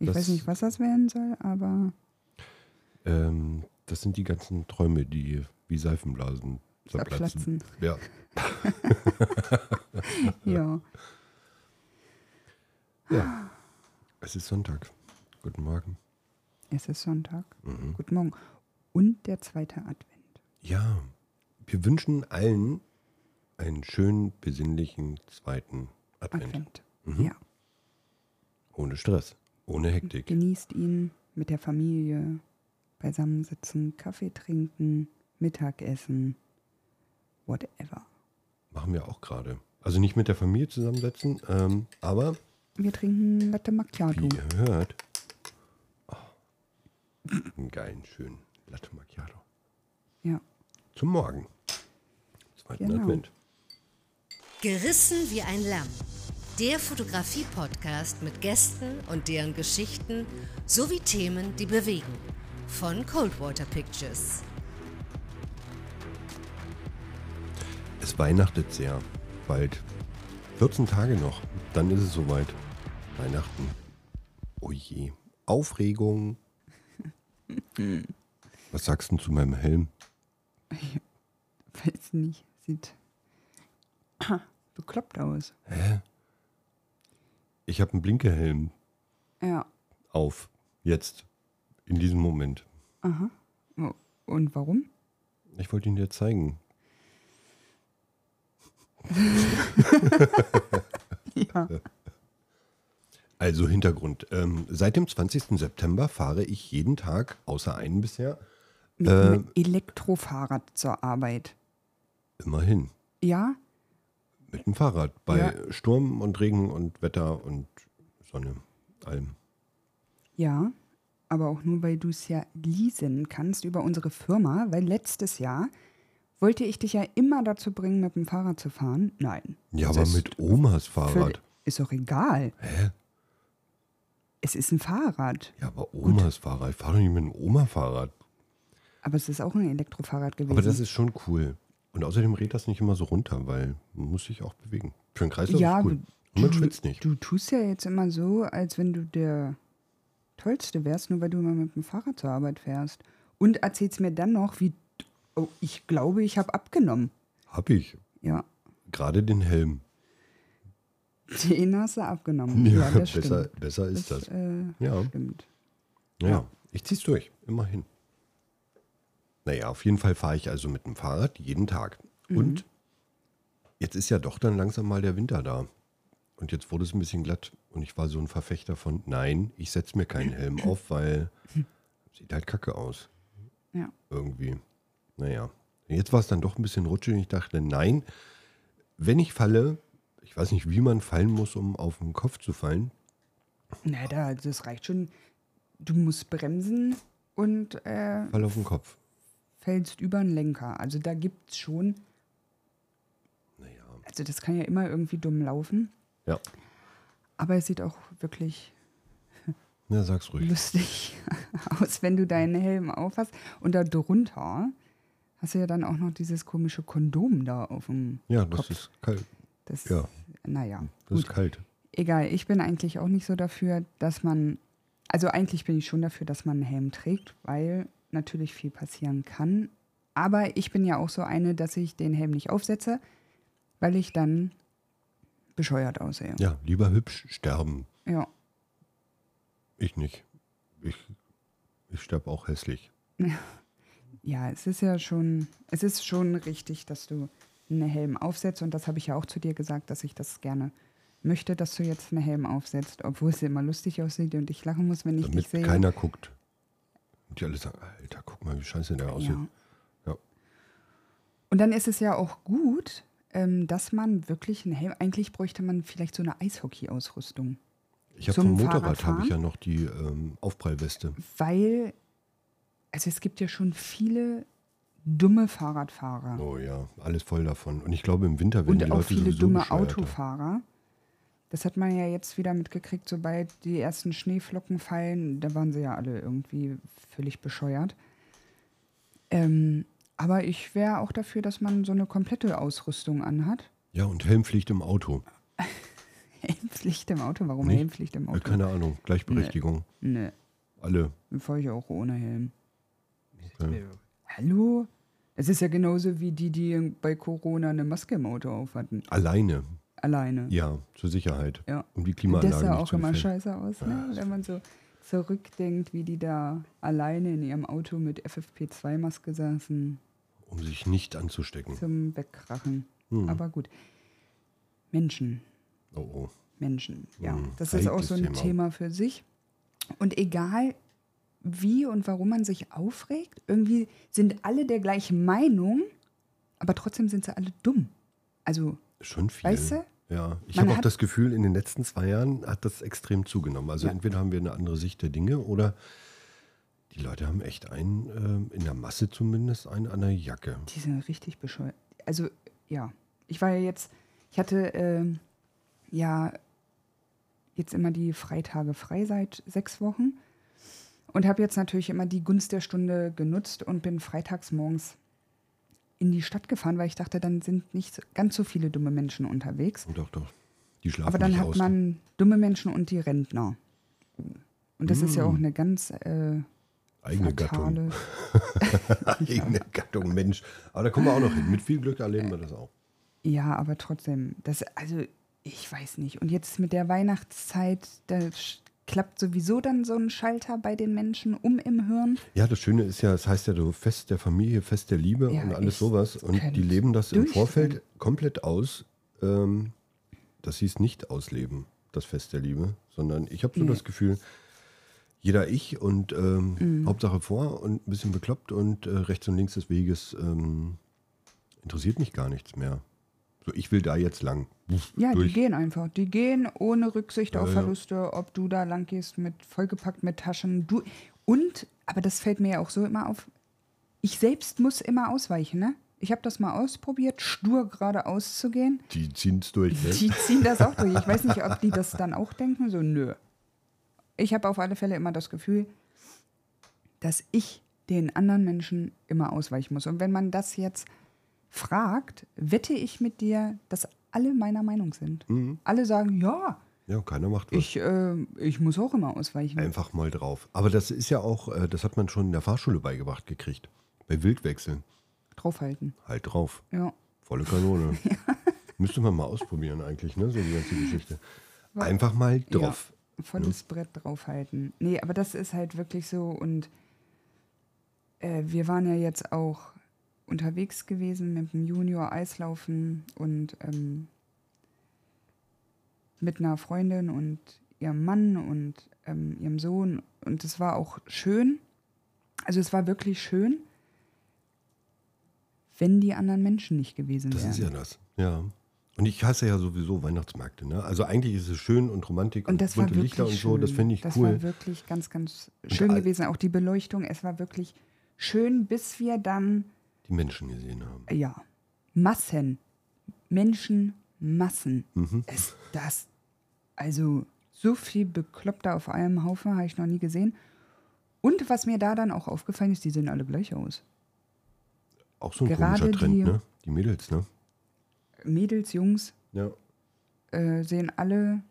Ich Das- weiß nicht, was das werden soll, aber Ähm, das sind die ganzen Träume, die wie Seifenblasen das zerplatzen. Abplatzen. Ja. Ja. ja. Es ist Sonntag. Guten Morgen. Es ist Sonntag. Mhm. Guten Morgen. Und der zweite Advent. Ja, wir wünschen allen einen schönen, besinnlichen zweiten Advent. Advent. Mhm. Ja. Ohne Stress, ohne Hektik. Genießt ihn mit der Familie, beisammensitzen, Kaffee trinken, Mittagessen, whatever. Machen wir auch gerade. Also nicht mit der Familie zusammensetzen, ähm, aber Wir trinken Latte Macchiato. wie ihr hört, oh, einen geilen, schönen Latte Macchiato. Ja. Zum Morgen. Zweiten Genau. Advent. Gerissen wie ein Lamm. Der Fotografie-Podcast mit Gästen und deren Geschichten sowie Themen, die bewegen. Von Coldwater Pictures. Es weihnachtet sehr. Bald. 14 Tage noch. Dann ist es soweit. Weihnachten. Oh je. Aufregung. Was sagst du zu meinem Helm? Weiß nicht. Sieht bekloppt aus. Ich habe einen Blinkehelm Ja. auf. Jetzt. In diesem Moment. Aha. O- Und warum? Ich wollte ihn dir zeigen. Ja. Also Hintergrund. Ähm, seit dem 20. September fahre ich jeden Tag, außer einen bisher, Mit, Äh, mit Elektrofahrrad zur Arbeit. immerhin. Ja? Mit dem Fahrrad. Bei Ja. Sturm und Regen und Wetter und Sonne. Allem. Ja, aber auch nur, weil du es ja leasen kannst über unsere Firma, weil letztes Jahr wollte ich dich ja immer dazu bringen, mit dem Fahrrad zu fahren. Nein. Ja, Es aber ist mit Omas Fahrrad. völlig- Ist doch egal. Hä? Es ist ein Fahrrad, Ja, aber Omas Fahrrad. Ich fahre doch nicht mit einem Oma-Fahrrad. aber es ist auch ein Elektrofahrrad gewesen. Aber das ist schon cool. Und außerdem rät das nicht immer so runter, weil man muss sich auch bewegen. Für den Kreislauf ja, ist cool. Und man schwitzt nicht. Du tust ja jetzt immer so, als wenn du der Tollste wärst, nur weil du immer mit dem Fahrrad zur Arbeit fährst. Und erzählst mir dann noch, wie. Oh, ich glaube, ich habe abgenommen. Hab ich. Ja, Gerade den Helm. den hast du abgenommen. Ja, das stimmt. besser, besser halt- ist das. Äh, Ja. Stimmt. Ja, ich zieh's durch, immerhin. Naja, auf jeden Fall fahre ich also mit dem Fahrrad jeden Tag. Und jetzt ist ja doch dann langsam mal der Winter da. Und jetzt wurde es ein bisschen glatt. Und ich war so ein Verfechter von, nein, ich setze mir keinen Helm auf, weil sieht halt kacke aus. Ja. Irgendwie. Naja. Und jetzt war es dann doch ein bisschen rutschig. und Ich dachte, nein, wenn ich falle, ich weiß nicht, wie man fallen muss, um auf den Kopf zu fallen. Na, da, das reicht schon. Du musst bremsen und äh, Fall auf den Kopf. fällst über den Lenker. Also da gibt es schon, Naja. also das kann ja immer irgendwie dumm laufen, Ja. aber es sieht auch wirklich Na, sag's ruhig. lustig aus, wenn du deinen Helm auf hast. Und da drunter hast du ja dann auch noch dieses komische Kondom da auf dem Ja, das Kopf. ist kalt. Das, ja. Naja, Das ist gut. kalt. Egal, ich bin eigentlich auch nicht so dafür, dass man, also eigentlich bin ich schon dafür, dass man einen Helm trägt, weil natürlich viel passieren kann. Aber ich bin ja auch so eine, dass ich den Helm nicht aufsetze, weil ich dann bescheuert aussehe. Ja, lieber hübsch sterben. Ja. Ich nicht. Ich, ich sterbe auch hässlich. Ja, es ist ja schon, es ist schon richtig, dass du einen Helm aufsetzt und das habe ich ja auch zu dir gesagt, dass ich das gerne möchte, dass du jetzt einen Helm aufsetzt, obwohl es immer lustig aussieht und ich lachen muss, wenn ich dich damit sehe. keiner guckt. Und die alle sagen, Alter, guck mal, wie scheiße der aussieht. Ja. Ja. Und dann ist es ja auch gut, ähm, dass man wirklich einen Helm, eigentlich bräuchte man vielleicht so eine Eishockey-Ausrüstung, Ich habe Zum vom Motorrad habe Fahrradfahren? ich ja noch die ähm, Aufprallweste. weil, also es gibt ja schon viele dumme Fahrradfahrer Oh ja, alles voll davon. Und ich glaube, im Winter werden die und auch Leute viele sowieso dumme bescheuerter. Autofahrer. Das hat man ja jetzt wieder mitgekriegt, sobald die ersten Schneeflocken fallen, da waren sie ja alle irgendwie völlig bescheuert. Ähm, aber ich wäre auch dafür, dass man so eine komplette Ausrüstung anhat. Ja, und Helmpflicht im Auto. Helmpflicht im Auto? Warum Nicht? Helmpflicht im Äh, Auto? keine Ahnung, Gleichberechtigung. Nö, Alle. äh, dann fahre ich auch ohne Helm. Okay. Hallo? Es ist ja genauso wie die, die bei Corona eine Maske im Auto auf hatten. Alleine, Alleine. ja, zur Sicherheit. Ja. Um die Das Klimaanlage sah nicht auch zu Ah. immer entfernen. scheiße aus, ne? wenn man so zurückdenkt, wie die da alleine in ihrem Auto mit FFP2-Maske saßen Um sich nicht anzustecken. zum Wegkrachen. Hm. Aber gut. Menschen, Oh, oh. Menschen, ja. Hm, Das ist auch heikles so ein Thema. Thema für sich. Und egal, wie und warum man sich aufregt, irgendwie sind alle der gleichen Meinung, aber trotzdem sind sie alle dumm. Also, Schon viel. Weißt du? Ja, ich Man habe auch hat- das Gefühl, in den letzten zwei Jahren hat das extrem zugenommen. Also Ja. entweder haben wir eine andere Sicht der Dinge oder die Leute haben echt einen, ähm, in der Masse zumindest, einen an der Jacke. Die sind richtig bescheuert. Also, ja. Ich war ja jetzt, ich hatte ähm, ja jetzt immer die Freitage frei seit sechs Wochen und habe jetzt natürlich immer die Gunst der Stunde genutzt und bin freitags morgens in die Stadt gefahren, weil ich dachte, dann sind nicht so- ganz so viele dumme Menschen unterwegs. Und doch, doch. Die schlafen Aber dann nicht hat aus. man dumme Menschen und die Rentner. Und das ist ja Mm. auch eine ganz äh, Eigene Gattung. fatale Eigene Gattung, Mensch. Aber da kommen wir auch noch hin. Mit viel Glück erleben wir das auch. Ja, aber trotzdem, das, also ich weiß nicht. Und jetzt mit der Weihnachtszeit, da sch- klappt sowieso dann so ein Schalter bei den Menschen um im Hirn. Ja, das Schöne ist ja, es heißt ja so Fest der Familie, Fest der Liebe Ja, und alles ich sowas. Und könnte die leben das im durchdrehen. Vorfeld komplett aus. Ähm, das hieß nicht ausleben, das Fest der Liebe, sondern ich habe so das Gefühl, jeder ich und ähm, Mhm. Hauptsache vor und ein bisschen bekloppt und äh, rechts und links des Weges ähm, interessiert mich gar nichts mehr. So, ich will da jetzt lang. Wuff, Ja, durch. die gehen einfach. Die gehen ohne Rücksicht auf Ja, ja. Verluste, ob du da lang gehst mit vollgepackt mit Taschen. Du und, aber das fällt mir ja auch so immer auf. Ich selbst muss immer ausweichen, ne? Ich habe das mal ausprobiert, stur geradeaus zu gehen. Die ziehen es durch. Ne? Die ziehen das auch durch. Ich weiß nicht, ob die das dann auch denken, so nö. Ich habe auf alle Fälle immer das Gefühl, dass ich den anderen Menschen immer ausweichen muss. Und wenn man das jetzt fragt, wette ich mit dir, dass alle meiner Meinung sind. Alle sagen, ja, Ja, keiner macht was. ich, äh, ich muss auch immer ausweichen. Einfach mal drauf. Aber das ist ja auch, äh, das hat man schon in der Fahrschule beigebracht gekriegt. Bei Wildwechsel. Draufhalten. Halt drauf. Ja. Volle Kanone. Müsste man mal ausprobieren eigentlich, ne? So die ganze Geschichte. Einfach mal drauf. Ja, volles Brett draufhalten. Nee, aber das ist halt wirklich so und äh, wir waren ja jetzt auch unterwegs gewesen mit dem Junior Eislaufen und ähm, mit einer Freundin und ihrem Mann und ähm, ihrem Sohn und es war auch schön. Also es war wirklich schön, wenn die anderen Menschen nicht gewesen Das wären. ist ja das. Ja. Und ich hasse ja sowieso Weihnachtsmärkte, ne? Also eigentlich ist es schön und Romantik und, Und das war bunte wirklich Lichter und so, schön. das finde ich das cool. war wirklich ganz, ganz schön all- gewesen. Auch die Beleuchtung, es war wirklich schön, bis wir dann, Die Menschen gesehen haben. äh, ja, Massen, Menschen, Massen. Mhm. Es, das, also so viel Bekloppter auf einem Haufen habe ich noch nie gesehen. Und was mir da dann auch aufgefallen ist, die sehen alle gleich aus. Auch so ein Gerade komischer Trend, die- ne? Die Mädels, ne? Mädels, Jungs Ja. äh, sehen alle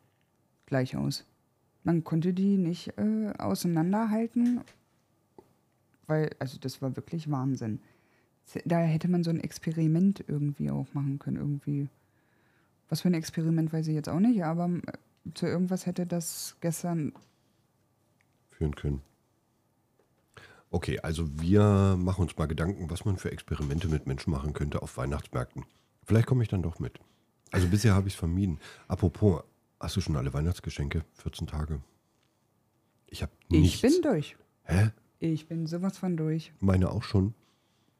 gleich aus. Man konnte die nicht äh, auseinanderhalten, weil, also das war wirklich Wahnsinn. Z- Da hätte man so ein Experiment irgendwie auch machen können, irgendwie. Was für ein Experiment weiß ich jetzt auch nicht, aber äh, zu irgendwas hätte das gestern Führen können. Okay, also wir machen uns mal Gedanken, was man für Experimente mit Menschen machen könnte auf Weihnachtsmärkten. Vielleicht komme ich dann doch mit. Also bisher habe ich es vermieden. Apropos, hast du schon alle Weihnachtsgeschenke? 14 Tage. Ich habe Ich nichts. bin durch. Hä? Ich bin sowas von durch. Meine auch schon.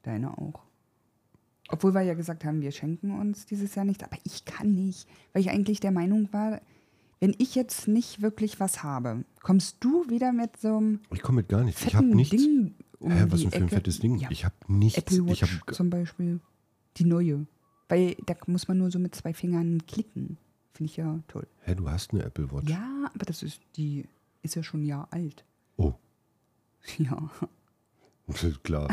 Deine auch. Obwohl wir ja gesagt haben, wir schenken uns dieses Jahr nichts, aber ich kann nicht, weil ich eigentlich der Meinung war, wenn ich jetzt nicht wirklich was habe, kommst du wieder mit so einem Ich komme mit gar nichts. Ich habe fetten nichts. Ding um Hä, was die denn für ein Ecke. fettes Ding? Ja, Ich habe nichts. Apple Watch ich habe zum Beispiel, die neue. Weil da muss man nur so mit zwei Fingern klicken. Finde ich ja toll. Hä, du hast eine Apple Watch. Ja, aber das ist die, ist ja schon ein Jahr alt. Oh, Ja. klar.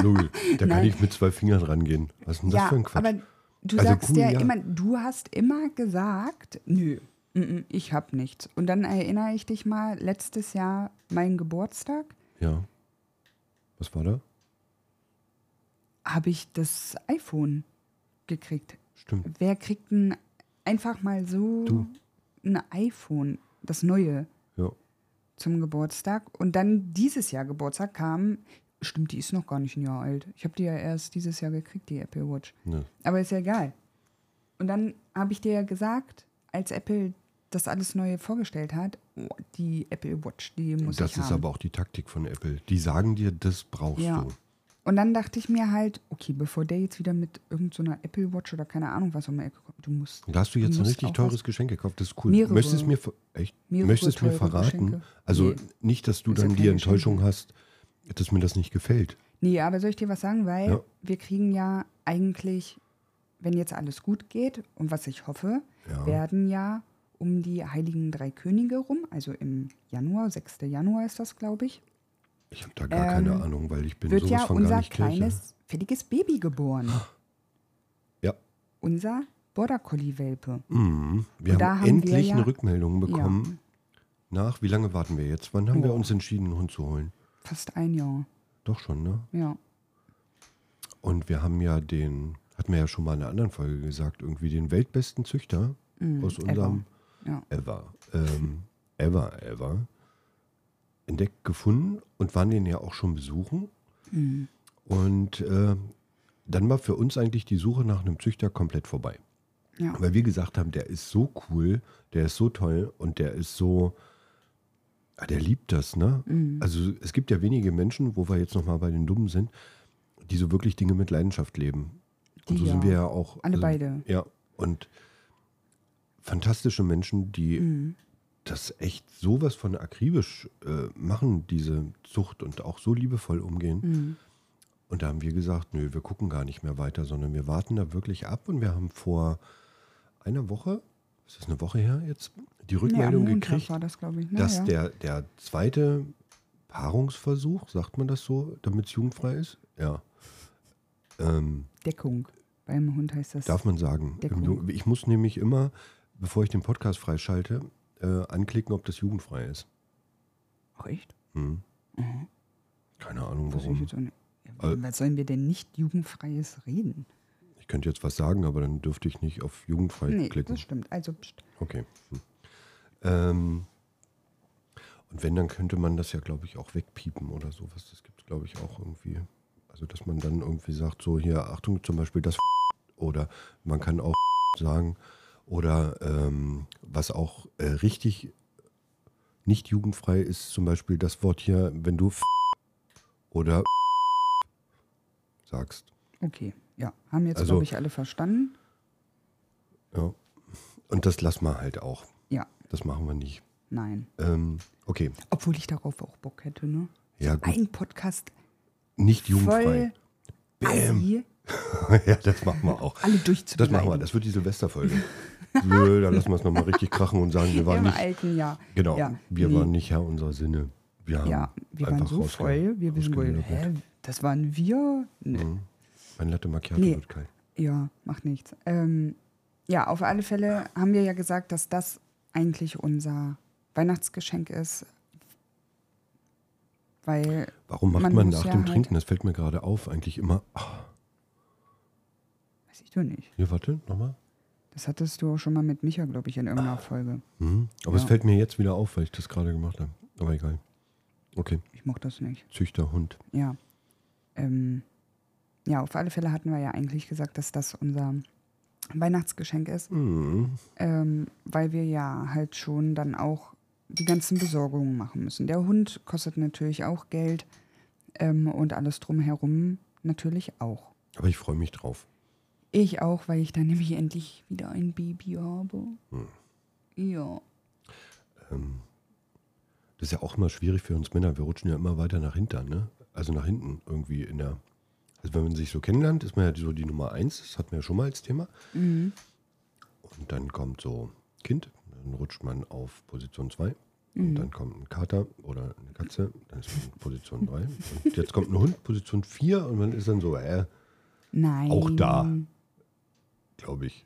Logisch. Da kann Nein. ich mit zwei Fingern rangehen. Was ist denn das ja, für ein Quatsch? aber du Also sagst cool, ja, ja. immer, du hast immer gesagt, nö, "Mm-mm, ich habe nichts. Und dann erinnere ich dich mal, letztes Jahr meinen Geburtstag Ja. Was war da? habe ich das iPhone gekriegt. Stimmt. Wer kriegt denn einfach mal so Du. ein iPhone, das neue, Ja. zum Geburtstag? Und dann dieses Jahr Geburtstag kam, stimmt, die ist noch gar nicht ein Jahr alt. Ich habe die ja erst dieses Jahr gekriegt, die Apple Watch. Ne. Aber ist ja egal. Und dann habe ich dir ja gesagt, als Apple das alles Neue vorgestellt hat, oh, die Apple Watch, die muss Das ich haben. ist aber auch die Taktik von Apple. Die sagen dir, das brauchst Ja. du. Und dann dachte ich mir halt, okay, bevor der jetzt wieder mit irgendeiner Apple Watch oder keine Ahnung was um die Ecke kommt, du musst. Und Da hast du jetzt ein musst richtig auch teures was- Geschenk gekauft. Das ist cool. Mehrere- möchtest du es mir, ver- echt? mehrere Möchtest du es mir teure verraten? Geschenke. Also Nee. nicht, dass du Ist ja kein dann die Geschenk. Enttäuschung hast, dass mir das nicht gefällt. Nee, aber soll ich dir was sagen? Weil Ja. wir kriegen ja eigentlich, wenn jetzt alles gut geht und was ich hoffe, Ja. werden ja um die Heiligen Drei Könige rum, also im Januar, 6. Januar ist das, glaube ich, Ich habe da gar keine Ähm, Ahnung, weil ich bin wird sowas ja von gar unser nicht Kirche. kleines, fälliges Baby geboren. Ja. Unser Border Collie-Welpe. Mhm. Wir Und da haben, haben wir endlich ja- eine Rückmeldung Ja. bekommen. Nach wie lange warten wir jetzt? Wann haben wir uns entschieden, einen Hund zu holen? Fast ein Jahr. Doch schon, ne? Ja. Und wir haben ja den, hat mir ja schon mal in einer anderen Folge gesagt, irgendwie den weltbesten Züchter aus unserem Ja. ever, ähm, ever, ever entdeckt gefunden und waren den ja auch schon besuchen. Und äh, dann war für uns eigentlich die Suche nach einem Züchter komplett vorbei. Ja. Weil wir gesagt haben, der ist so cool, der ist so toll und der ist so, ah, der liebt das, ne? Mhm. Also es gibt ja wenige Menschen, wo wir jetzt nochmal bei den Dummen sind, die so wirklich Dinge mit Leidenschaft leben. Und Die so ja. sind wir ja auch. also, Alle beide. Ja, und fantastische Menschen, die Mhm. das echt sowas von akribisch äh, machen, diese Zucht und auch so liebevoll umgehen. Mhm. Und da haben wir gesagt, nö, wir gucken gar nicht mehr weiter, sondern wir warten da wirklich ab und wir haben vor einer Woche, ist das eine Woche her jetzt, die Nee, am Rückmeldung Montag gekriegt, war das, glaube ich. Ne? dass ja. der, der zweite Paarungsversuch, sagt man das so, damit es jugendfrei ist? Ja. Ähm, Deckung. Beim Hund heißt das. Darf man sagen. Der Im Kuh. Ju- Ich muss nämlich immer, bevor ich den Podcast freischalte, äh, anklicken, ob das jugendfrei ist. Ach, echt? Hm. Keine Ahnung Mhm. Wusste ich warum. Äh, jetzt auch nicht. Ja, was sollen wir denn nicht jugendfreies reden? Ich könnte jetzt was sagen, aber dann dürfte ich nicht auf jugendfrei Nee, klicken. das stimmt. Also, pst. Okay. Hm. Ähm, und wenn, dann könnte man das ja, glaube ich, auch wegpiepen oder sowas. Das gibt es, glaube ich, auch irgendwie. Also, dass man dann irgendwie sagt, so hier, Achtung, zum Beispiel das oder man kann auch sagen oder ähm, was auch äh, richtig nicht jugendfrei ist, zum Beispiel das Wort hier, wenn du oder sagst. okay. Ja, haben jetzt, Also- glaube ich, alle verstanden. Ja. Und das lassen wir halt auch. Ja, Das machen wir nicht. nein. Ähm, okay. Obwohl ich darauf auch Bock hätte, ne? Ja, gut. Ein Podcast Nicht voll jugendfrei. assi, ja, das machen wir auch. alle Das machen durchzubeleidigen. wir. Das wird die Silvesterfolge. Nö, da lassen wir es nochmal richtig krachen und sagen, wir waren Im nicht. alten Jahr. Genau, Ja, wir nee. waren nicht Herr unserer Sinne. Wir haben Ja, wir einfach waren so rausge- voll. Wir wissen wohl, rausgeredet. hä, das waren wir? Nee. Mein Latte Macchiato Nee. wird kalt. Ja, macht nichts. Ähm, ja, auf alle Fälle haben wir ja gesagt, dass das eigentlich unser Weihnachtsgeschenk ist. Weil, Warum macht Man man, muss nach ja dem halt- Trinken, das fällt mir gerade auf, eigentlich immer, ach, weiß ich doch nicht, hier, warte, nochmal. das hattest du auch schon mal mit Micha, glaube ich, in irgendeiner Folge. Mhm. Aber es Ja. fällt mir jetzt wieder auf, weil ich das gerade gemacht habe. Aber egal. Okay, Ich mochte das nicht. Züchter, Hund. Ja. Ähm, ja, auf alle Fälle hatten wir ja eigentlich gesagt, dass das unser Weihnachtsgeschenk ist. Mhm. ähm, weil wir ja halt schon dann auch die ganzen Besorgungen machen müssen. Der Hund kostet natürlich auch Geld ähm, und alles drumherum natürlich auch. Aber ich freue mich drauf. Ich auch, weil ich dann nämlich endlich wieder ein Baby habe. Ja. Das ist ja auch immer schwierig für uns Männer. Wir rutschen ja immer weiter nach hinten, ne? Also nach hinten irgendwie in der. Also wenn man sich so kennenlernt, ist man ja so die Nummer eins. Das hatten wir ja schon mal als Thema. Und dann kommt so Kind, dann rutscht man auf Position 2. Und dann kommt ein Kater oder eine Katze, dann ist man in Position 3. Und jetzt kommt ein Hund, Position 4 und man ist dann so, äh, Nein. auch da. Glaube ich.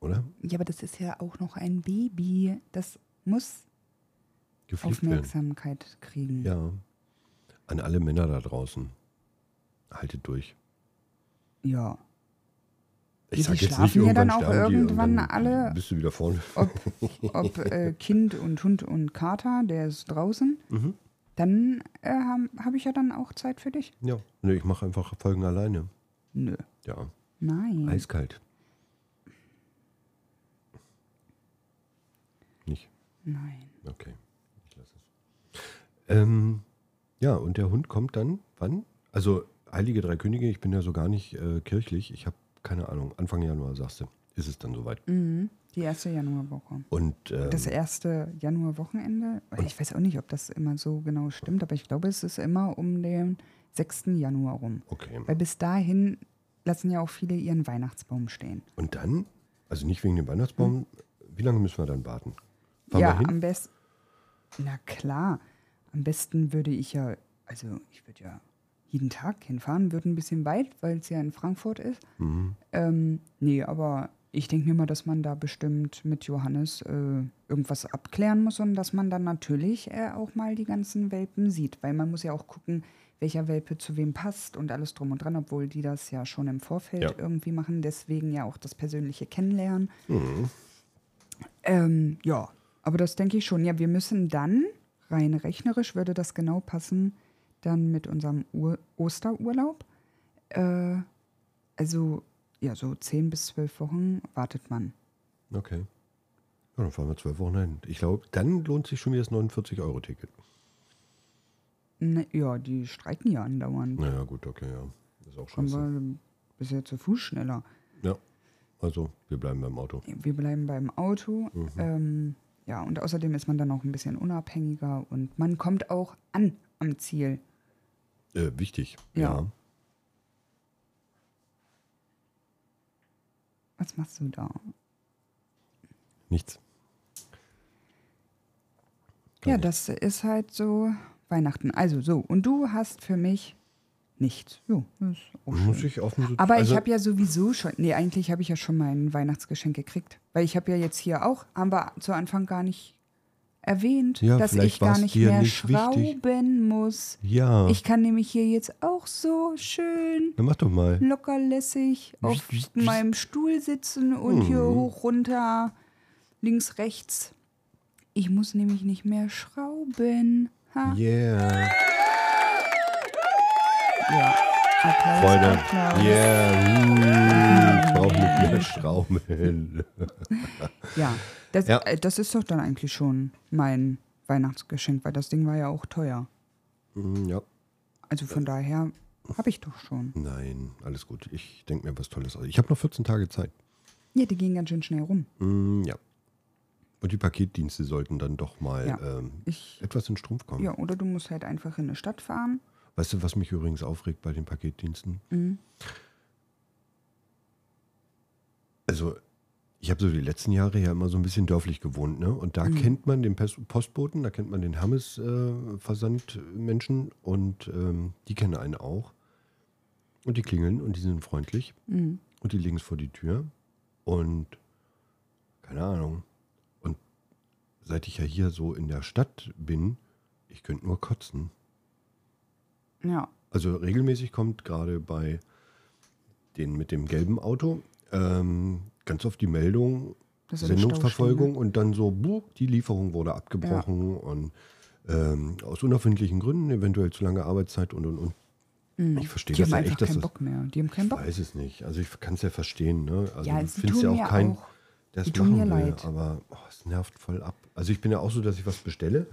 oder? Ja, aber das ist ja auch noch ein Baby. Das muss Gepflegt werden. Aufmerksamkeit kriegen. Ja. An alle Männer da draußen. Haltet durch. ja. Ich Die sag jetzt schlafen nicht, ja irgendwann dann auch sterben die und irgendwann dann alle- Bist du wieder vorne? Ob, ob äh, Kind und Hund und Kater, der ist draußen, Mhm. dann äh, habe hab ich ja dann auch Zeit für dich. Ja. Nee, ich mache einfach Folgen alleine. Nö. Ja. Nein. Eiskalt. Nicht? Nein. Okay. Ich lasse es. Ähm, ja, und der Hund kommt dann wann? Also, Heilige Drei Könige, ich bin ja so gar nicht äh, kirchlich. Ich habe keine Ahnung. Anfang Januar, sagst du, ist es dann soweit. Mhm. Die erste Januarwoche. Und ähm, Das erste Januarwochenende, ich weiß auch nicht, ob das immer so genau stimmt, aber ich glaube, es ist immer um den 6. Januar rum. okay. Weil bis dahin lassen ja auch viele ihren Weihnachtsbaum stehen. Und dann, also nicht wegen dem Weihnachtsbaum, wie lange müssen wir dann warten? Mhm. Fahren ja, wir hin? am besten. Na klar, am besten würde ich ja, also ich würde ja jeden Tag hinfahren, würde ein bisschen weit, weil es ja in Frankfurt ist. Mhm. Ähm, nee, aber ich denke mir mal, dass man da bestimmt mit Johannes äh, irgendwas abklären muss und dass man dann natürlich äh, auch mal die ganzen Welpen sieht, weil man muss ja auch gucken, welcher Welpe zu wem passt und alles drum und dran, obwohl die das ja schon im Vorfeld Ja. irgendwie machen, deswegen ja auch das persönliche Kennenlernen. Ähm, ja, aber das denke ich schon. Ja, wir müssen dann, rein rechnerisch würde das genau passen, dann mit unserem Ur Osterurlaub. Äh, also, ja, so zehn bis zwölf Wochen wartet man. Okay. Ja, dann fahren wir zwölf Wochen hin. Ich glaube, dann lohnt sich schon wieder das 49-Euro-Ticket. Ne, ja, die streiken ja andauernd. Naja, gut, okay, ja. Ist auch scheiße. Aber bist ja zu Fuß schneller. Ja. Also, wir bleiben beim Auto. Wir bleiben beim Auto. Ähm, ja, und außerdem ist man dann auch ein bisschen unabhängiger und man kommt auch an am Ziel. Äh, wichtig. Ja. Ja. Was machst du da? Nichts. Gar Ja, nicht. das ist halt so Weihnachten. Also so, und du hast für mich nichts. Jo, das ist auch Muss schön. ich offen so Aber also, ich habe ja sowieso schon, nee, eigentlich habe ich ja schon mein Weihnachtsgeschenk gekriegt. Weil ich habe ja jetzt hier auch, haben wir zu Anfang gar nicht erwähnt, Ja, dass vielleicht ich gar war's nicht dir mehr nicht schrauben wichtig. muss. Ja. Ich kann nämlich hier jetzt auch so schön Dann mach doch mal. lockerlässig auf meinem Stuhl sitzen Mhm. und hier hoch, runter, links, rechts. Ich muss nämlich nicht mehr schrauben. Ha. Yeah. Ja. Applaus, Freunde. Applaus. Yeah. Ich brauche Hm. nicht mehr Schrauben. Ja, das, Ja. Äh, das ist doch dann eigentlich schon mein Weihnachtsgeschenk, weil das Ding war ja auch teuer. Hm, ja. Also von daher habe ich doch schon. Nein, alles gut. Ich denke mir was Tolles aus. Ich habe noch 14 Tage Zeit. Ja, die gehen ganz schön schnell rum. Mm, ja. Und die Paketdienste sollten dann doch mal Ja. ähm, Ich, etwas in Strumpf kommen. ja, oder du musst halt einfach in eine Stadt fahren. Weißt du, was mich übrigens aufregt bei den Paketdiensten? Also, ich habe so die letzten Jahre ja immer so ein bisschen dörflich gewohnt, ne? Und da kennt man den Pes- Postboten, da kennt man den Hammes-Versandmenschen und ähm, die kennen einen auch. Und die klingeln und die sind freundlich Mhm. und die legen es vor die Tür und keine Ahnung. Und seit ich ja hier so in der Stadt bin, ich könnte nur kotzen. Ja, Also regelmäßig kommt gerade bei den mit dem gelben Auto ähm, ganz oft die Meldung, Das ist eine Sendungsverfolgung und dann so, buch, die Lieferung wurde abgebrochen und ähm, aus unerfindlichen Gründen, eventuell zu lange Arbeitszeit und und und. Ich verstehe Mhm. die das haben ja einfach echt, dass keinen das. Bock mehr. Die haben keinen Ich Bock. weiß es nicht. Also ich kann es ja verstehen. Ne? Also Ja, du sie findest tun ja mir auch keinen, auch- der die es tun machen mir will. leid. Aber oh, es nervt voll ab. Also ich bin ja auch so, dass ich was bestelle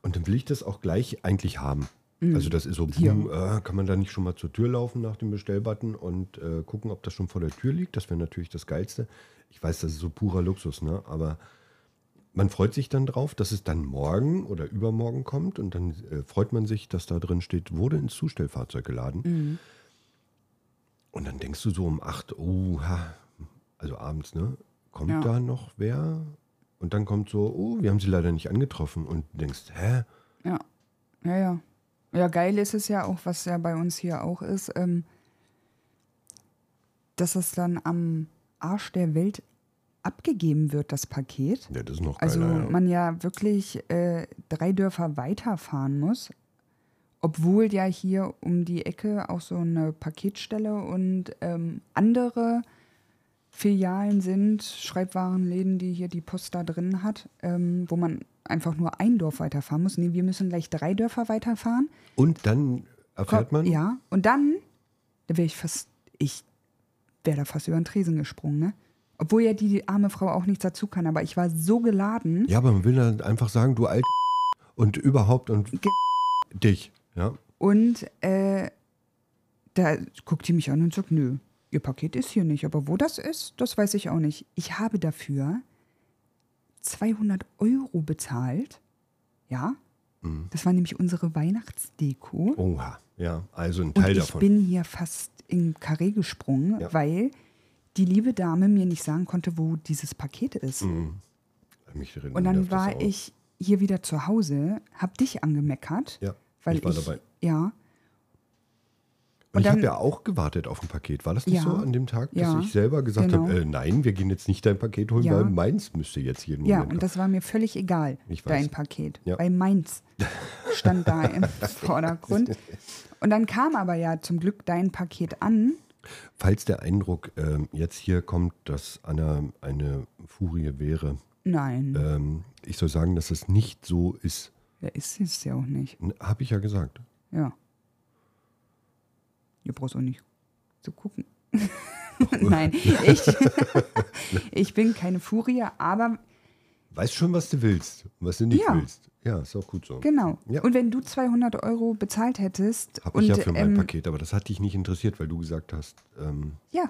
und dann will ich das auch gleich eigentlich haben. Mhm. Also das ist so, boom, äh, kann man da nicht schon mal zur Tür laufen nach dem Bestellbutton und äh, gucken, ob das schon vor der Tür liegt. Das wäre natürlich das Geilste. Ich weiß, das ist so purer Luxus, ne? aber man freut sich dann drauf, dass es dann morgen oder übermorgen kommt und dann äh, freut man sich, dass da drin steht, wurde ins Zustellfahrzeug geladen. Und dann denkst du so um 8, oh, ha, also abends, ne? Kommt Ja. da noch wer? Und dann kommt so, oh, wir haben sie leider nicht angetroffen. Und du denkst, hä? Ja, ja, ja. Ja, geil ist es ja auch, was ja bei uns hier auch ist, ähm, dass es dann am Arsch der Welt abgegeben wird, das Paket. Ja, das ist noch Also keiner. ja. man ja wirklich äh, drei Dörfer weiterfahren muss, obwohl ja hier um die Ecke auch so eine Paketstelle und ähm, andere Filialen sind, Schreibwarenläden, die hier die Post da drin hat, ähm, wo man einfach nur ein Dorf weiterfahren muss. Nee, wir müssen gleich drei Dörfer weiterfahren. Und dann erfährt man, Ja, und dann, da wäre ich fast, ich wäre da fast über den Tresen gesprungen, ne? Obwohl ja die, die arme Frau auch nichts dazu kann, aber ich war so geladen. Ja, aber man will dann einfach sagen, du alt und überhaupt und Ge- dich. Ja. Und äh, da guckt die mich an und sagt, nö, ihr Paket ist hier nicht. Aber wo das ist, das weiß ich auch nicht. Ich habe dafür 200 Euro bezahlt. Ja, Mhm. das war nämlich unsere Weihnachtsdeko. Oha. Ja, also ein und Oh, Teil ich davon. bin hier fast im Karree gesprungen, Ja. weil die liebe Dame mir nicht sagen konnte, wo dieses Paket ist. Äh, Mich erinnern Und darf dann Mhm, das war auch. ich hier wieder zu Hause, hab dich angemeckert. Ja, weil ich war dabei. Ja, Und ich habe dann- ja auch gewartet auf ein Paket. War das nicht Ja. so an dem Tag, dass Ja. ich selber gesagt Genau. habe, äh, nein, wir gehen jetzt nicht dein Paket holen, Ja. weil meins müsste jetzt jeden Ja, Moment und das war mir völlig egal, Ich weiß. dein Paket. Ja. Weil meins stand da im Vordergrund. Und dann kam aber ja zum Glück dein Paket an. Falls der Eindruck ähm, jetzt hier kommt, dass Anna eine Furie wäre, Nein, ähm, ich soll sagen, dass es nicht so ist. da ist es ja auch nicht. Habe ich ja gesagt. Ja. Ihr braucht auch nicht zu gucken. Nein, ich, ich bin keine Furie, aber Weißt schon, was du willst und was du nicht Ja. willst. Ja, ist auch gut so. genau. Ja. Und wenn du 200 Euro bezahlt hättest Habe und ich ja für mein ähm, Paket, aber das hat dich nicht interessiert, weil du gesagt hast, ähm, ja,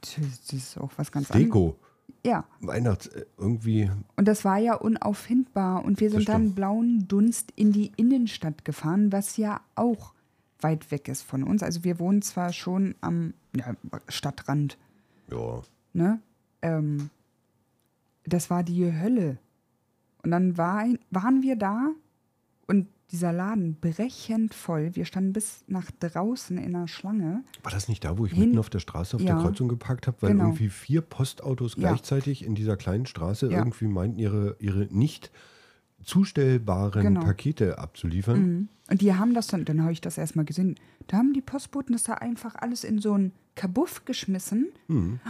das ist auch was ganz anderes. Deko, Ja. Weihnachts, äh, irgendwie, Und das war ja unauffindbar. Und wir Das sind dann stimmt. blauen Dunst in die Innenstadt gefahren, was ja auch weit weg ist von uns. Also wir wohnen zwar schon am ja, Stadtrand, ja, ne? Ähm, das war die Hölle. Und dann war, waren wir da und dieser Laden brechend voll. Wir standen bis nach draußen in der Schlange. War das nicht da, wo ich Hin- mitten auf der Straße auf Ja. der Kreuzung geparkt habe, weil Genau. irgendwie vier Postautos Ja. gleichzeitig in dieser kleinen Straße Ja. irgendwie meinten, ihre, ihre nicht zustellbaren Genau. Pakete abzuliefern? Und die haben das dann, dann habe ich das erstmal gesehen, da haben die Postboten das da einfach alles in so einen Kabuff geschmissen. Hm,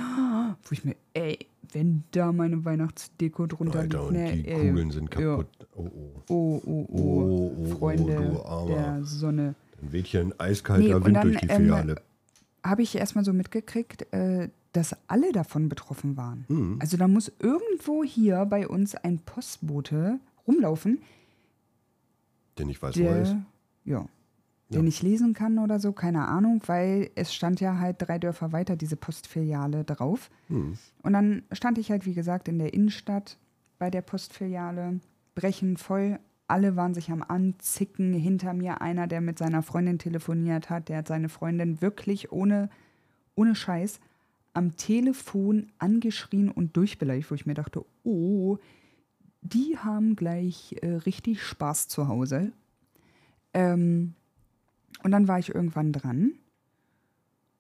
Wo ich mir, ey, wenn da meine Weihnachtsdeko drunter Alter, und liegt. ne, die ey, Kugeln sind ja. kaputt. Oh, oh. Oh, oh, oh, Oh, oh, oh, Freunde du Armer. der Sonne. Dann weht hier ein Nee, eiskalter und Wind dann, durch die ähm, Filiale. Habe ich erstmal so mitgekriegt, äh, dass alle davon betroffen waren. Mhm. Also da muss irgendwo hier bei uns ein Postbote rumlaufen, denn ich weiß, wo er ist. der, ja, der nicht lesen kann oder so, keine Ahnung, weil es stand ja halt drei Dörfer weiter diese Postfiliale drauf. Und dann stand ich halt, wie gesagt, in der Innenstadt bei der Postfiliale, brechen voll. Alle waren sich am Anzicken. Hinter mir einer, der mit seiner Freundin telefoniert hat, der hat seine Freundin wirklich ohne, ohne Scheiß am Telefon angeschrien und durchbeleidigt, wo ich mir dachte, oh, die haben gleich äh, richtig Spaß zu Hause. Ähm, und dann war ich irgendwann dran.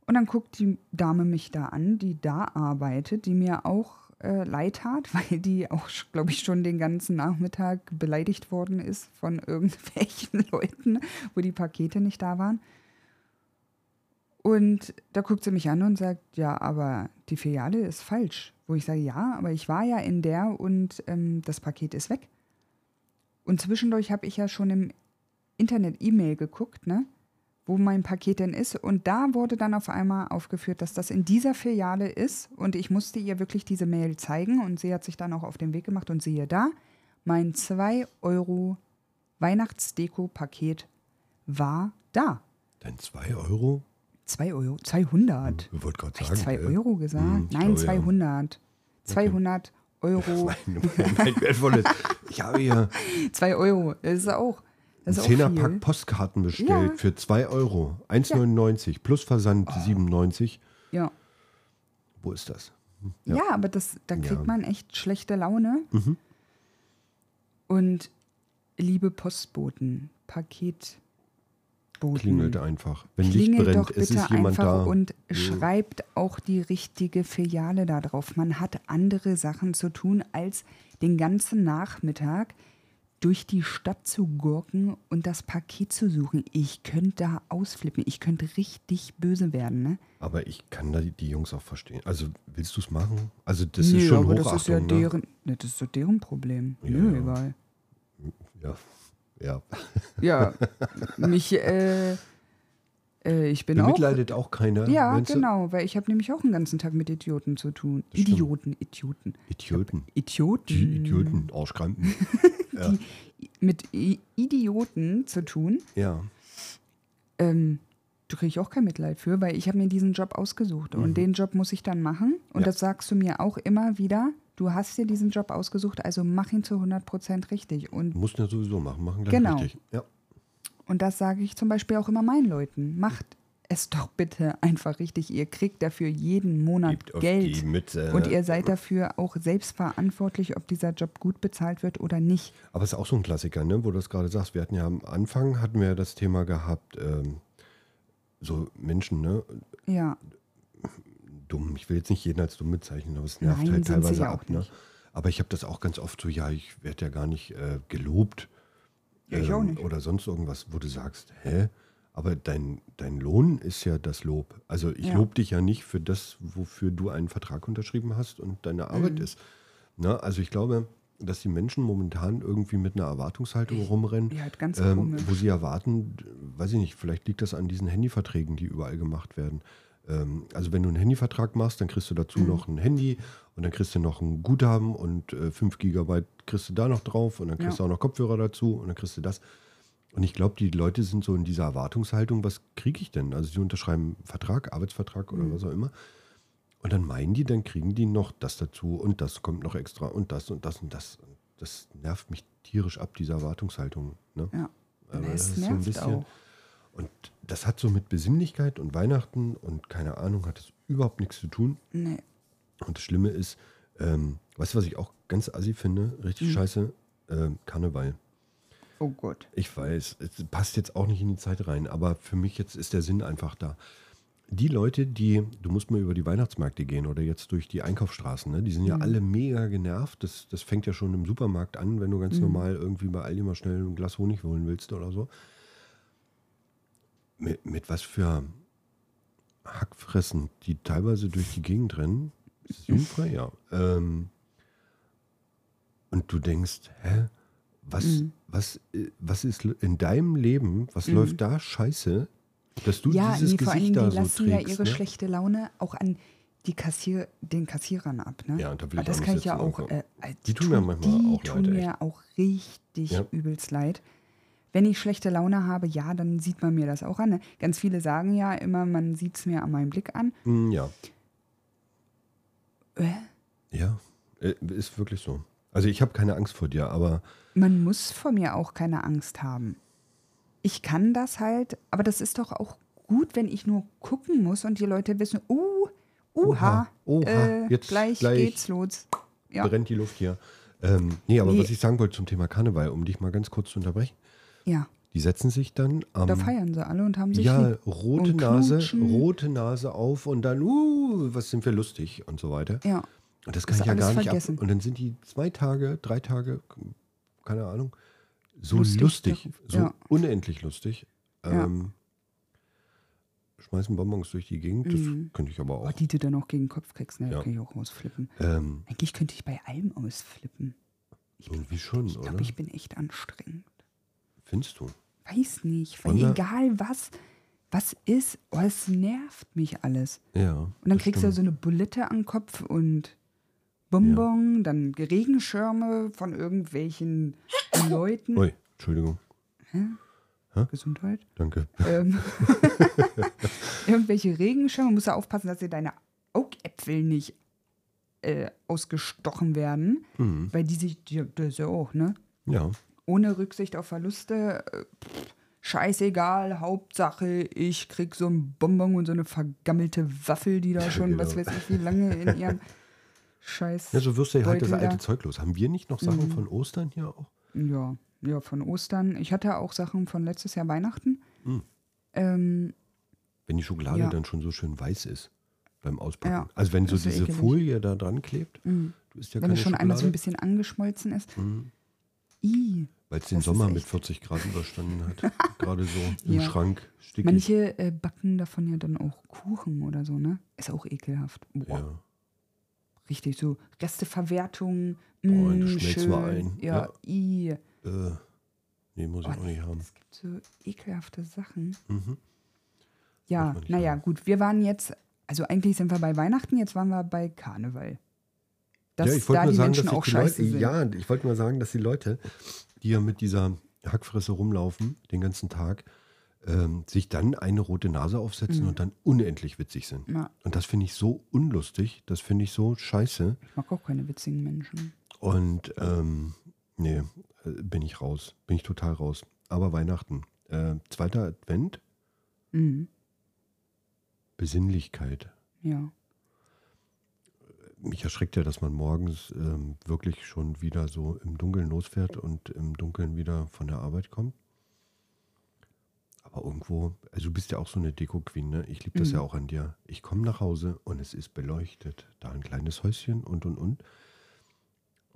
Und dann guckt die Dame mich da an, die da arbeitet, die mir auch äh, leid tat, weil die auch, glaube ich, schon den ganzen Nachmittag beleidigt worden ist von irgendwelchen Leuten, wo die Pakete nicht da waren. Und da guckt sie mich an und sagt, ja, aber die Filiale ist falsch. Wo ich sage, ja, aber ich war ja in der und ähm, das Paket ist weg. Und zwischendurch habe ich ja schon im Internet-E-Mail geguckt, ne? wo mein Paket denn ist. Und da wurde dann auf einmal aufgeführt, dass das in dieser Filiale ist. Und ich musste ihr wirklich diese Mail zeigen. Und sie hat sich dann auch auf den Weg gemacht. Und siehe da, mein 2 Euro Weihnachtsdeko-Paket war da. Denn 2 Euro? 2 Euro, 200. Ich wollte gerade Habe sagen. ich 2 äh, Euro gesagt? hm, ich Nein, glaube, ja. 200. 200 Euro. Mein, mein wertvolles. Ich habe hier 2 Euro, das ist auch. Das ist auch einen viel. Pack Postkarten bestellt Ja. Oh. für 2 Euro. 1,99 plus Versand 97. Ja. Wo ist das? Hm. Ja. aber das, da kriegt Ja. Mhm. man echt schlechte Laune. Und liebe Postboten, Paket, verboten. Klingelt einfach. Wenn Licht Mhm. Klingelt brennt, doch es bitte ist jemand einfach da. und schreibt auch die richtige Filiale da drauf. Man hat andere Sachen zu tun, als den ganzen Nachmittag durch die Stadt zu gurken und das Paket zu suchen. Ich könnte da ausflippen. Ich könnte richtig böse werden. Ne? Aber ich kann da die, die Jungs auch verstehen. Also willst du es machen? Also das ist Nö, schon aber Hochachtung. das ist ja ne? deren, ne, das ist doch deren Problem. Ja, Nö, ja. egal. Ja. ja. Ja, mich, äh, äh, ich bin auch Bemitleidet auch keiner. Ja, meinst du? genau, weil ich habe nämlich auch einen ganzen Tag mit Idioten zu tun. stimmt. Idioten, Idioten. Idioten. Die Idioten. Idioten, Arschkrampen. Mit I Idioten zu tun, ja. ähm, da kriege ich auch kein Mitleid für, weil ich habe mir diesen Job ausgesucht und den Job muss ich dann machen. Und Mhm. Ja. das sagst du mir auch immer wieder. Du hast dir diesen Job ausgesucht, also mach ihn zu 100% richtig. Und, Musst du ja sowieso machen. Machen gleich Genau. richtig. Ja. und das sage ich zum Beispiel auch immer meinen Leuten. Macht es doch bitte einfach richtig. Ihr kriegt dafür jeden Monat Gebt auf Geld. die Mütze. Und ihr seid dafür auch selbst verantwortlich, ob dieser Job gut bezahlt wird oder nicht. Aber es ist auch so ein Klassiker, ne? wo du das gerade sagst. Wir hatten ja am Anfang hatten wir ja das Thema gehabt, ähm, so Menschen, ne? Ja, dumm. Ich will jetzt nicht jeden als dumm bezeichnen, aber es nervt Nein, halt sind sie teilweise ja ab. auch Ne? nicht. Aber ich habe das auch ganz oft so, ja, ich werde ja gar nicht äh, gelobt. ähm, Ja, ich auch nicht. Oder sonst irgendwas, wo du sagst, hä? Aber dein, dein Lohn ist ja das Lob. Also ich Ja. lobe dich ja nicht für das, wofür du einen Vertrag unterschrieben hast und deine Arbeit Mhm. ist. Ne? Also ich glaube, dass die Menschen momentan irgendwie mit einer Erwartungshaltung rumrennen, ja, ganz ähm, komisch. wo sie erwarten, d- weiß ich nicht, vielleicht liegt das an diesen Handyverträgen, die überall gemacht werden. Ähm, also wenn du einen Handyvertrag machst, dann kriegst du Mhm. dazu noch ein Handy und dann kriegst du noch ein Guthaben und äh, 5 Gigabyte kriegst du da noch drauf und dann kriegst Ja. du auch noch Kopfhörer dazu und dann kriegst du das. Und ich glaube, die Leute sind so in dieser Erwartungshaltung, was kriege ich denn? Also sie unterschreiben einen Vertrag, Arbeitsvertrag Mhm. oder was auch immer. Und dann meinen die, dann kriegen die noch das dazu und das kommt noch extra und das und das und das. Das nervt mich tierisch ab, diese Erwartungshaltung. Ne? Ja. Aber es das ist so ein nervt bisschen- auch. Und das hat so mit Besinnlichkeit und Weihnachten und keine Ahnung, hat das überhaupt nichts zu tun. Nee. Und das Schlimme ist, ähm, weißt du, was ich auch ganz assi finde? Richtig Mhm. scheiße? Ähm, Karneval. Oh Gott. Ich weiß, es passt jetzt auch nicht in die Zeit rein, aber für mich jetzt ist der Sinn einfach da. Die Leute, die, du musst mal über die Weihnachtsmärkte gehen oder jetzt durch die Einkaufsstraßen, ne? die sind ja alle mega genervt. Das, das fängt ja schon im Supermarkt an, wenn du ganz normal irgendwie bei Aldi mal schnell ein Glas Honig holen willst oder so. Mit, mit was für Hackfressen, die teilweise durch die Gegend rennen. Das ist jugendfrei, ja. Ähm, und du denkst, hä? Was, Mhm. was, äh, was ist l- in deinem Leben, was läuft da scheiße, dass du ja, dieses nee, vor allen Dingen, Gesicht die da so lassen ja trägst? ihre ne? schlechte Laune auch an die Kassier den Kassierern ab. Ne? Ja, und da will Aber ich das auch kann nicht ich ja sitzen auch. und Äh, Die tun mir manchmal die auch tun leid, mir auch richtig Ja. übelst leid. Wenn ich schlechte Laune habe, ja, dann sieht man mir das auch an. Ne? Ganz viele sagen ja immer, man sieht es mir an meinem Blick an. Mm, ja. Äh, Ja, äh, ist wirklich so. Also ich habe keine Angst vor dir, aber man muss vor mir auch keine Angst haben. Ich kann das halt, aber das ist doch auch gut, wenn ich nur gucken muss und die Leute wissen, uh, uha, Oha, oha, äh, jetzt gleich, gleich. geht's los. Ja, brennt die Luft hier. Ähm, nee, aber Nee. was ich sagen wollte zum Thema Karneval, um dich mal ganz kurz zu unterbrechen. ja, Die setzen sich dann am da feiern sie alle und haben sich Ähm, Ja, lieb. rote Und Nase, knutschen. rote Nase auf und dann, uh, was sind wir lustig und so weiter. Ja, Und das kann Ist ich ja alles gar nicht vergessen. ab. Und dann sind die zwei Tage, drei Tage, keine Ahnung, so Lustig lustig, darauf. so Ja. unendlich lustig. Ja. Ähm, Schmeißen Bonbons durch die Gegend, das könnte ich aber oh, auch. die du dann auch gegen den Kopf kriegst, ne, Ja. kann ich auch ausflippen. Ähm, Eigentlich könnte ich bei allem ausflippen. Ich bin, irgendwie schon, ich oder? glaube, ich bin echt anstrengend. Findest du? Weiß nicht, weil Wollen wir- egal was, was ist, oh, es nervt mich alles. Ja. Und dann kriegst du ja so eine Bulette am Kopf und Bonbon, dann Regenschirme von irgendwelchen Leuten. Ui, Entschuldigung, Gesundheit. danke. Ähm, irgendwelche Regenschirme. Musst du aufpassen, dass dir deine Augäpfel nicht äh, ausgestochen werden. Weil die sich, die, das ist ja auch, ne? Hm, Ja. Ohne Rücksicht auf Verluste. Äh, pff, scheißegal, Hauptsache, ich krieg so ein Bonbon und so eine vergammelte Waffel, die da schon, was weiß genau. ich, wie lange in ihrem Scheiß. ja, so wirst du halt das Beutel da. alte Zeug los. Haben wir nicht noch Sachen Mhm. von Ostern hier auch? Hm. Ja, ja, von Ostern. Ich hatte auch Sachen von letztes Jahr Weihnachten. Ähm, Wenn die Schokolade Ja. dann schon so schön weiß ist beim Auspacken. Ja. Also wenn so Das ist diese ekelig. Folie da dran klebt, du isst ja hm, wenn keine es schon einmal so ein Schokolade, bisschen angeschmolzen ist. I. weil es den das ist Sommer mit echt- 40 Grad überstanden hat. Gerade so im Ja. Schrank stickig. Manche äh, backen davon ja dann auch Kuchen oder so, ne? Ist auch ekelhaft. Boah, Ja. richtig so. Resteverwertung. Boah, mm, das schmelzt schön. mal ein. Ja, i. Äh, nee, muss ich Oh, auch nicht haben. Es gibt so ekelhafte Sachen. Mhm. Ja, darf man nicht naja, gut. Wir waren jetzt, also eigentlich sind wir bei Weihnachten, jetzt waren wir bei Karneval. Dass ja, ich wollte da nur die sagen, Menschen dass auch die scheiße Leute, sind. ja, ich wollte nur sagen, dass die Leute, die ja mit dieser Hackfresse rumlaufen den ganzen Tag, ähm, sich dann eine rote Nase aufsetzen Mhm. und dann unendlich witzig sind. Ja. Und das finde ich so unlustig, das finde ich so scheiße. Ich mag auch keine witzigen Menschen. Und ähm, nee, äh, bin ich raus, bin ich total raus. Aber Weihnachten, äh, zweiter Advent, Mhm. Besinnlichkeit. Ja. mich erschreckt ja, dass man morgens ähm, wirklich schon wieder so im Dunkeln losfährt und im Dunkeln wieder von der Arbeit kommt. Aber irgendwo, also du bist ja auch so eine Deko-Queen, ne? Ich liebe das ja auch an dir. Ich komme nach Hause und es ist beleuchtet. Da ein kleines Häuschen und und und.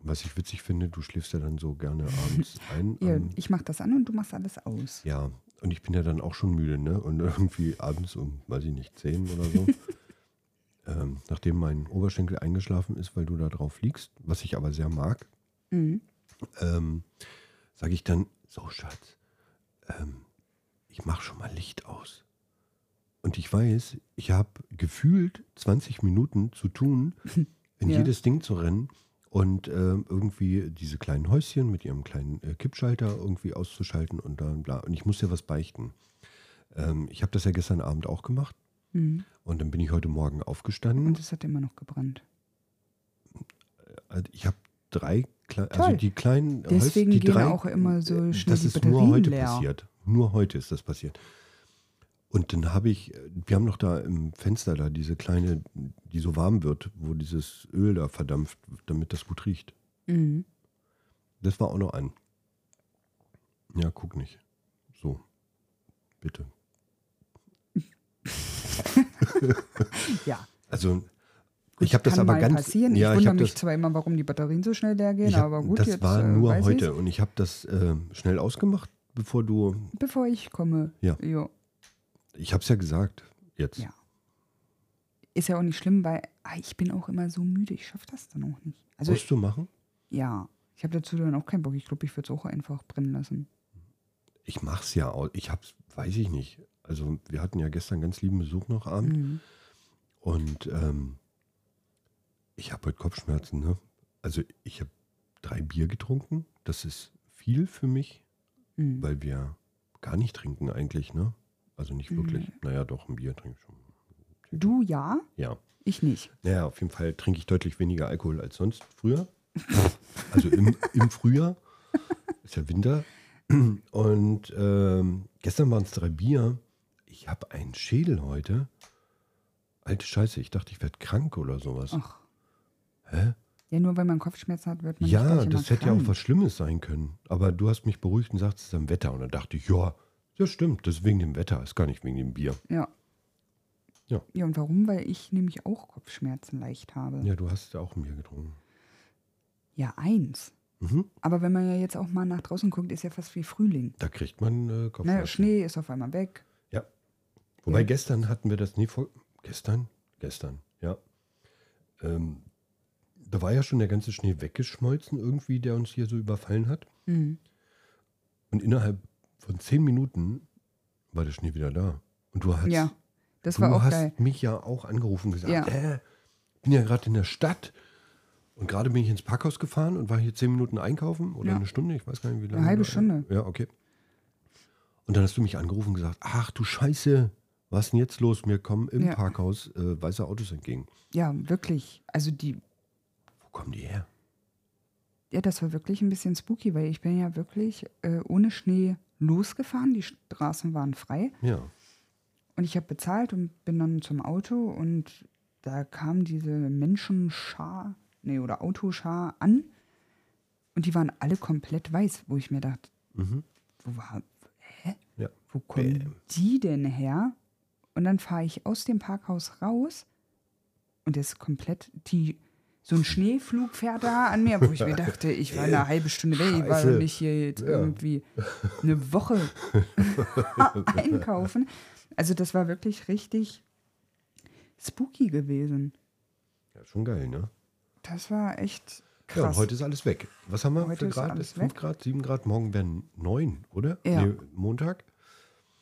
Was ich witzig finde, du schläfst ja dann so gerne abends ein. Hier, ähm, ich mach das an und du machst alles aus. ja, und ich bin ja dann auch schon müde, ne? Und irgendwie abends um, weiß ich nicht, 10 oder so. ähm, nachdem mein Oberschenkel eingeschlafen ist, weil du da drauf liegst, was ich aber sehr mag, Mhm. ähm, sage ich dann, so Schatz, ähm, ich mache schon mal Licht aus. Und ich weiß, ich habe gefühlt 20 Minuten zu tun, in Ja. jedes Ding zu rennen und ähm, irgendwie diese kleinen Häuschen mit ihrem kleinen äh, Kippschalter irgendwie auszuschalten und dann bla. Und ich muss ja was beichten. Ähm, ich habe das ja gestern Abend auch gemacht Mhm. und dann bin ich heute Morgen aufgestanden. Und es hat immer noch gebrannt. Also ich habe drei kleine, Toll. also die kleinen Holz- Deswegen die gehen drei, auch immer so äh, schnell Das die ist nur heute Batterien leer. passiert. Nur heute ist das passiert. Und dann habe ich, äh, wir haben noch da im Fenster da diese kleine, die so warm wird, wo dieses Öl da verdampft, damit das gut riecht. Mhm. Das war auch noch an. Ja, guck nicht. So. Bitte. Ja. Also, ich habe das Kann aber mal ganz. passieren. Ja, ich ich wundere habe mich das, zwar immer, warum die Batterien so schnell leer gehen, ich hab, aber gut, das jetzt war äh, nur weiß heute ich's. und ich habe das äh, schnell ausgemacht, bevor du Bevor ich komme. Ja. Jo. Ich habe es ja gesagt. Jetzt. Ja. Ist ja auch nicht schlimm, weil ah, ich bin auch immer so müde. Ich schaffe das dann auch nicht. Also Musst du machen? ja, ich habe dazu dann auch keinen Bock. Ich glaube, ich würde es auch einfach brennen lassen. Ich mach's ja. au- Ich hab's, weiß ich nicht. Also wir hatten ja gestern ganz lieben Besuch noch Abend Mhm. und ähm, ich habe heute Kopfschmerzen. Ne? Also ich habe drei Bier getrunken. Das ist viel für mich, Mhm. weil wir gar nicht trinken eigentlich. Ne? Also nicht wirklich. Naja, doch ein Bier trinke ich schon. Du ja, Ja. ich nicht. Naja, auf jeden Fall trinke ich deutlich weniger Alkohol als sonst früher. Also im, im Frühjahr. Ist ja Winter. Und ähm, gestern waren es drei Bier. Ich habe einen Schädel heute. Alte Scheiße, ich dachte, ich werde krank oder sowas. Ach. Hä? Ja, nur weil man Kopfschmerzen hat, wird man nicht ja, gleich immer das hätte ja krank. auch was Schlimmes sein können. Aber du hast mich beruhigt und sagst, es ist am Wetter. Und dann dachte ich, ja, das stimmt, das ist wegen dem Wetter, ist gar nicht wegen dem Bier. Ja. Ja. Ja, und warum? Weil ich nämlich auch Kopfschmerzen leicht habe. Ja, Ja, du hast ja auch ein Bier getrunken. eins. Mhm. Aber wenn man ja jetzt auch mal nach draußen guckt, ist ja fast wie Frühling. Da kriegt man äh, Kopfschmerzen. Ne, Schnee ist auf einmal weg. Ja. Wobei Ja. gestern hatten wir das nie vor. Gestern? Gestern, ja. Ähm, da war ja schon der ganze Schnee weggeschmolzen irgendwie, der uns hier so überfallen hat. Mhm. Und innerhalb von zehn Minuten war der Schnee wieder da. Und du hast, Ja, das du war auch hast geil. mich ja auch angerufen und gesagt, Ja. äh, bin ja gerade in der Stadt. Und gerade bin ich ins Parkhaus gefahren und war hier zehn Minuten einkaufen oder Ja. eine Stunde, ich weiß gar nicht wie lange. halbe Stunde. Ja, okay. Und dann hast du mich angerufen und gesagt, ach du Scheiße, was ist denn jetzt los? Mir kommen im Ja. Parkhaus äh, weiße Autos entgegen. Ja, wirklich. Also die, Wo kommen die her? ja, das war wirklich ein bisschen spooky, weil ich bin ja wirklich äh, ohne Schnee losgefahren. Die Straßen waren frei Ja. und ich habe bezahlt und bin dann zum Auto und da kam diese Menschenschar, nee, oder Autoschar an und die waren alle komplett weiß, wo ich mir dachte, Mhm. wo war, hä? Ja. Äh. Wo kommen Bäm. die denn her? Und dann fahre ich aus dem Parkhaus raus und es ist komplett die so ein Schneeflug fährt da an mir, wo ich mir dachte, ich war eine halbe Stunde weg, ich war Scheiße. doch nicht hier jetzt irgendwie eine Woche einkaufen. Also das war wirklich richtig spooky gewesen. ja, schon geil, ne? Das war echt krass. Ja, und heute ist alles weg. Was haben wir Heute für ist Grad? alles Ist 5 weg. Grad, 7 Grad, morgen werden 9, oder? Ja. Montag?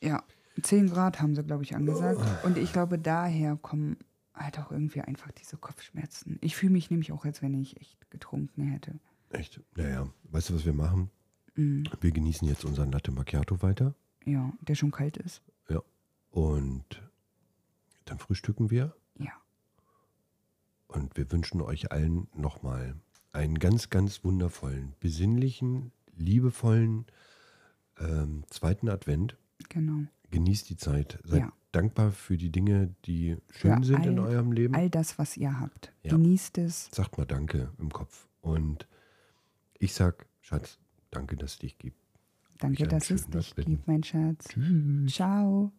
Ja, 10 Grad haben sie, glaube ich, angesagt. Und ich glaube, daher kommen halt auch irgendwie einfach diese Kopfschmerzen. Ich fühle mich nämlich auch, als wenn ich echt getrunken hätte. Mm, Echt? Naja, weißt du, was wir machen? Wir genießen jetzt unseren Latte Macchiato weiter. Ja, der schon kalt ist. Ja. Und dann frühstücken wir Ja. und wir wünschen euch allen nochmal einen ganz, ganz wundervollen, besinnlichen, liebevollen ähm, zweiten Advent. Genau. Genießt die Zeit. Seid Ja. dankbar für die Dinge, die schön Für sind in all- eurem Leben. All das, was ihr habt. Mhm. Ja. Genießt es. sagt mal Danke im Kopf. Und ich sag, Schatz, danke, dass es dich gibt. Danke, einen dass es schönen dich Advent. gibt, mein Schatz. Ciao.